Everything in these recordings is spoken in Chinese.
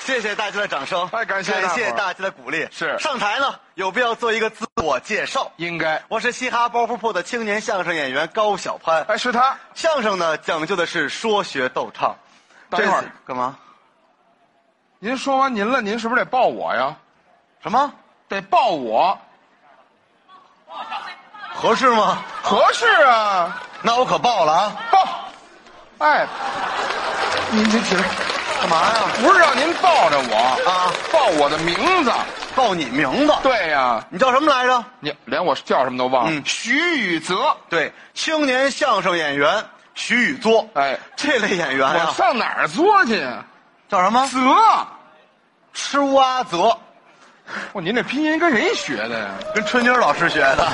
谢谢大家的掌声，哎感谢大伙儿感谢大家的鼓励。是上台呢，有必要做一个自我介绍。应该。我是嘻哈包袱铺的青年相声演员高晓攀。哎，是他，相声呢，讲究的是说学逗唱。等一会儿这次干嘛？您说完您了，您是不是得抱我呀？什么得抱我，合适吗？合适啊，那我可爆了啊！抱。哎，您这起来，干嘛呀？不是让您抱着我啊，报我的名字。报你名字。对呀、你叫什么来着？你连我叫什么都忘了。嗯徐宇泽，对，青年相声演员徐宇作。哎这类演员我啊，上哪儿作去呀？叫什么？泽，施蛙泽，哇，您这拼音跟谁学的呀？跟春妮儿老师学的。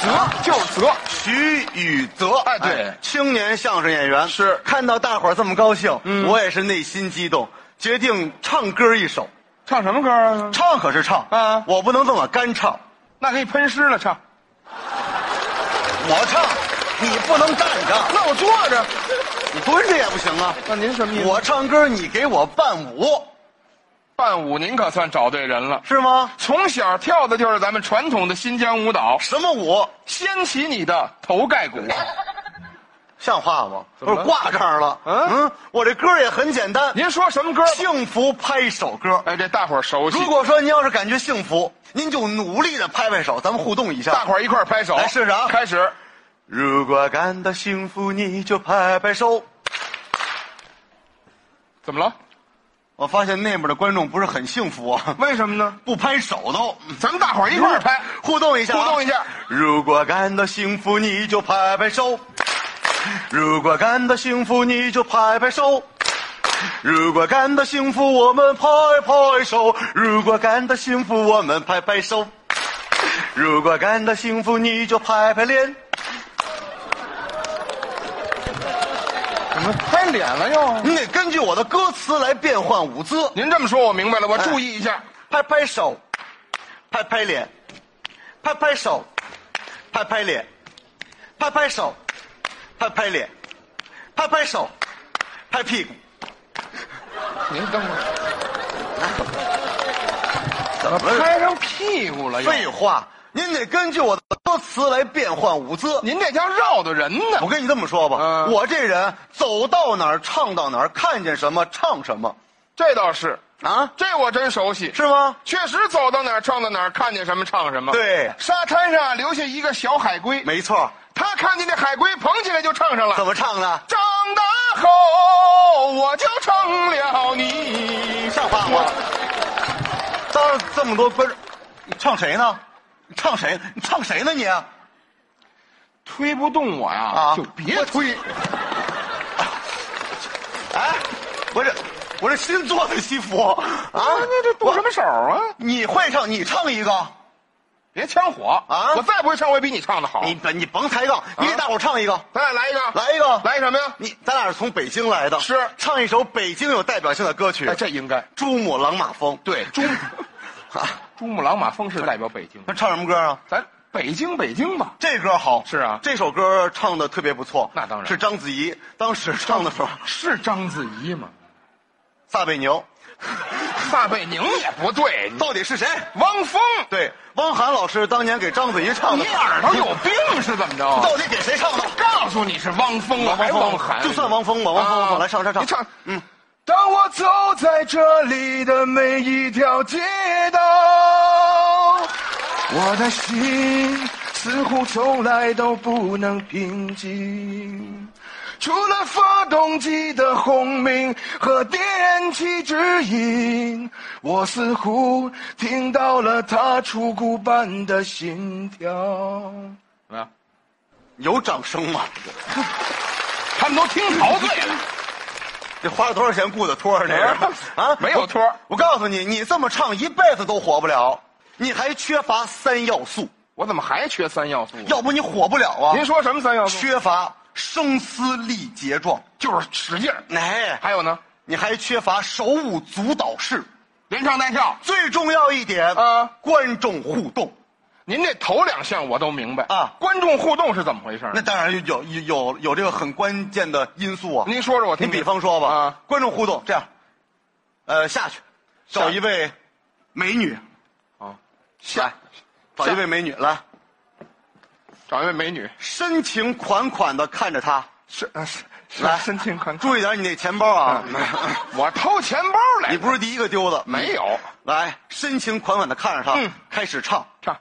泽就是泽，徐宇泽，哎对青年相声演员是嗯看到大伙儿这么高兴，我也是内心激动，决定唱歌一首。唱什么歌啊？唱可是唱啊我不能这么干唱，那给你喷湿了唱。我唱，你不能站着，那我坐着。你蹲着也不行啊。那您什么意思？我唱歌，你给我伴舞，伴舞，您可算找对人了。是吗？从小跳的就是咱们传统的新疆舞蹈，什么舞？掀起你的头盖 骨。像话吗？怎不么是了挂这儿了。嗯嗯，我这歌也很简单，您说什么 歌？幸福拍手歌。哎，这大伙儿熟悉。如果说您要是感觉幸福，您就努力的拍拍手，咱们互动一下。大伙儿一块儿拍手，来试试啊开始，如果感到幸福，你就拍拍手。怎么了？我发现那边的观众不是很幸福啊， 为什么呢？不拍手都。咱们大伙儿一块儿拍，互动一下、啊互动一。下。如果感到幸福，你就拍拍手；如果感到幸福，你就拍拍手；如果感到幸福，我们拍拍手；如果感到幸福，我们拍拍手；如果感到幸福，你就拍拍脸。怎么拍脸了又？你得嗯根据我的歌词来变换舞姿。您这么说，我明白了，我注意一下。拍拍手，拍拍脸，拍拍手，拍拍脸，拍拍手，拍拍脸，拍拍手，拍屁股。您等会儿，怎么拍上屁股了又？废话？您得根据我的歌词来变换舞姿。您这叫绕的人呢我。跟你这么说吧，嗯我这人走到哪儿唱到哪儿，看见什么唱什么这倒是，啊，这我真熟悉。是吗？确实走到哪儿唱到哪儿，看见什么唱什么。对沙滩上留下一个小海龟，没错，他看见那海龟捧起来就唱上了。怎么唱的？长大后我就成了你。像话吗？当着这么多观众，你唱谁呢？你唱谁？你唱谁呢你？推不动我呀，啊就别推。哎，我这我这新做的西服啊，你这动什么手啊？你会唱，你唱一个，别呛火啊我再不会唱，我也比你唱的好。你甭你甭抬啊杠，你给大伙儿唱一个，咱俩来一个，来一个，来什么呀？你咱俩是从北京来的，是唱一首北京有代表性的歌曲哎，这应该《珠穆朗玛峰》。对珠啊，珠穆朗玛峰是代表北京，那唱什么歌啊？咱北京北京吧。这歌好，是啊这首歌唱的特别不错，那当然是章子怡当时唱的时候，是章子怡吗？撒贝宁撒贝宁也不对，到底是谁？汪峰，对，汪涵老师当年给章子怡唱的你，耳朵有病是怎么着？啊到底给谁唱的？告诉你是汪峰啊，还汪涵，就算汪峰吧，汪峰，啊汪峰来上上上，你唱，嗯，当我走在这里的每一条街道，我的心似乎从来都不能平静。除了发动机的轰鸣和电气指引，我似乎听到了它出骨般的心跳。怎么样？有掌声吗？他们都听陶醉了。这花了多少钱雇的托儿？这是啊， 没有托儿 我。我告诉你，你这么唱一辈子都火不了，你还缺乏三要素，我怎么还缺三要素？要不你火不了啊。您说什么三要素？缺乏声嘶力竭状，就是使劲儿。哎，还有呢，你还缺乏手舞足蹈式。连唱带跳。最重要一点啊观众互动。您这头两项我都明白啊观众互动是怎么回事儿？那当然有有有有有这个很关键的因素啊。您说说我听你听。比方说吧，啊，观众互动这样，呃，下去，找一位美女，啊，来，找一位美女来，找一位美女，深情款款的看着她，是啊是是来，深情款款。注意点你那钱包啊，我偷钱包 来你的，不是第一个丢的，没有来，深情款款的看着她，嗯开始唱，唱？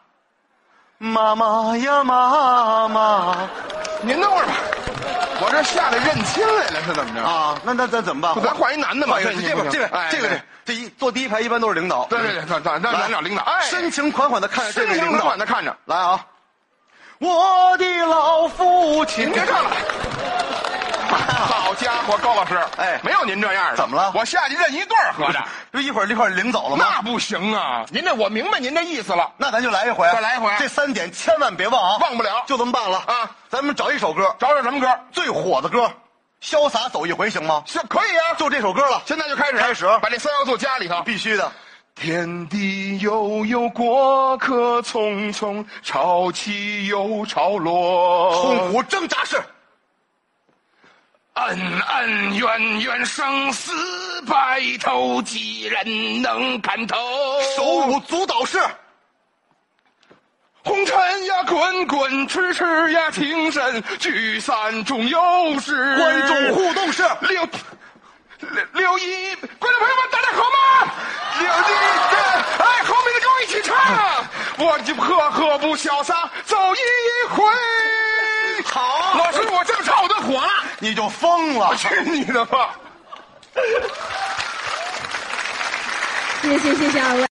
妈妈呀妈妈您等会儿吧，我这下来认亲来了是怎么着？啊，那那那怎么办？咱换一男的吧，换一个这边这边这个这这一坐第一排一般都是领导，哎对对对，咱咱咱来咱俩领导，哎，深情款款的看着这深位情领款导款，的看着，来啊！我的老父亲您，哎别唱了。 好家伙，高老师，哎没有您这样的。怎么了我下去认一对儿，合着。不一会儿一块儿领走了吗？ 那不行啊！您这我明白您这意思了，那咱就来一回，再来一回这三点千万别忘啊，忘不了就这么办了啊！咱们找一首歌，找找什么歌？最火的歌，《潇洒走一回》行吗？是可以啊，就这首歌了，现在就开始，开始把这三要素加里头。必须的。天地悠悠，过客匆匆，潮起又潮落。痛苦挣扎是恩恩怨怨，生死白头，几人能看透？手舞足蹈是红尘呀，滚滚；痴痴呀，情深。聚散终有时。观众互动是六六六一，观众朋友们，大家好吗？六一的，哎，后面的跟我一起唱，我就赫赫不潇洒走一回。好老师，我这么唱我就火了，你就疯了。去你的吧！谢谢谢谢二位。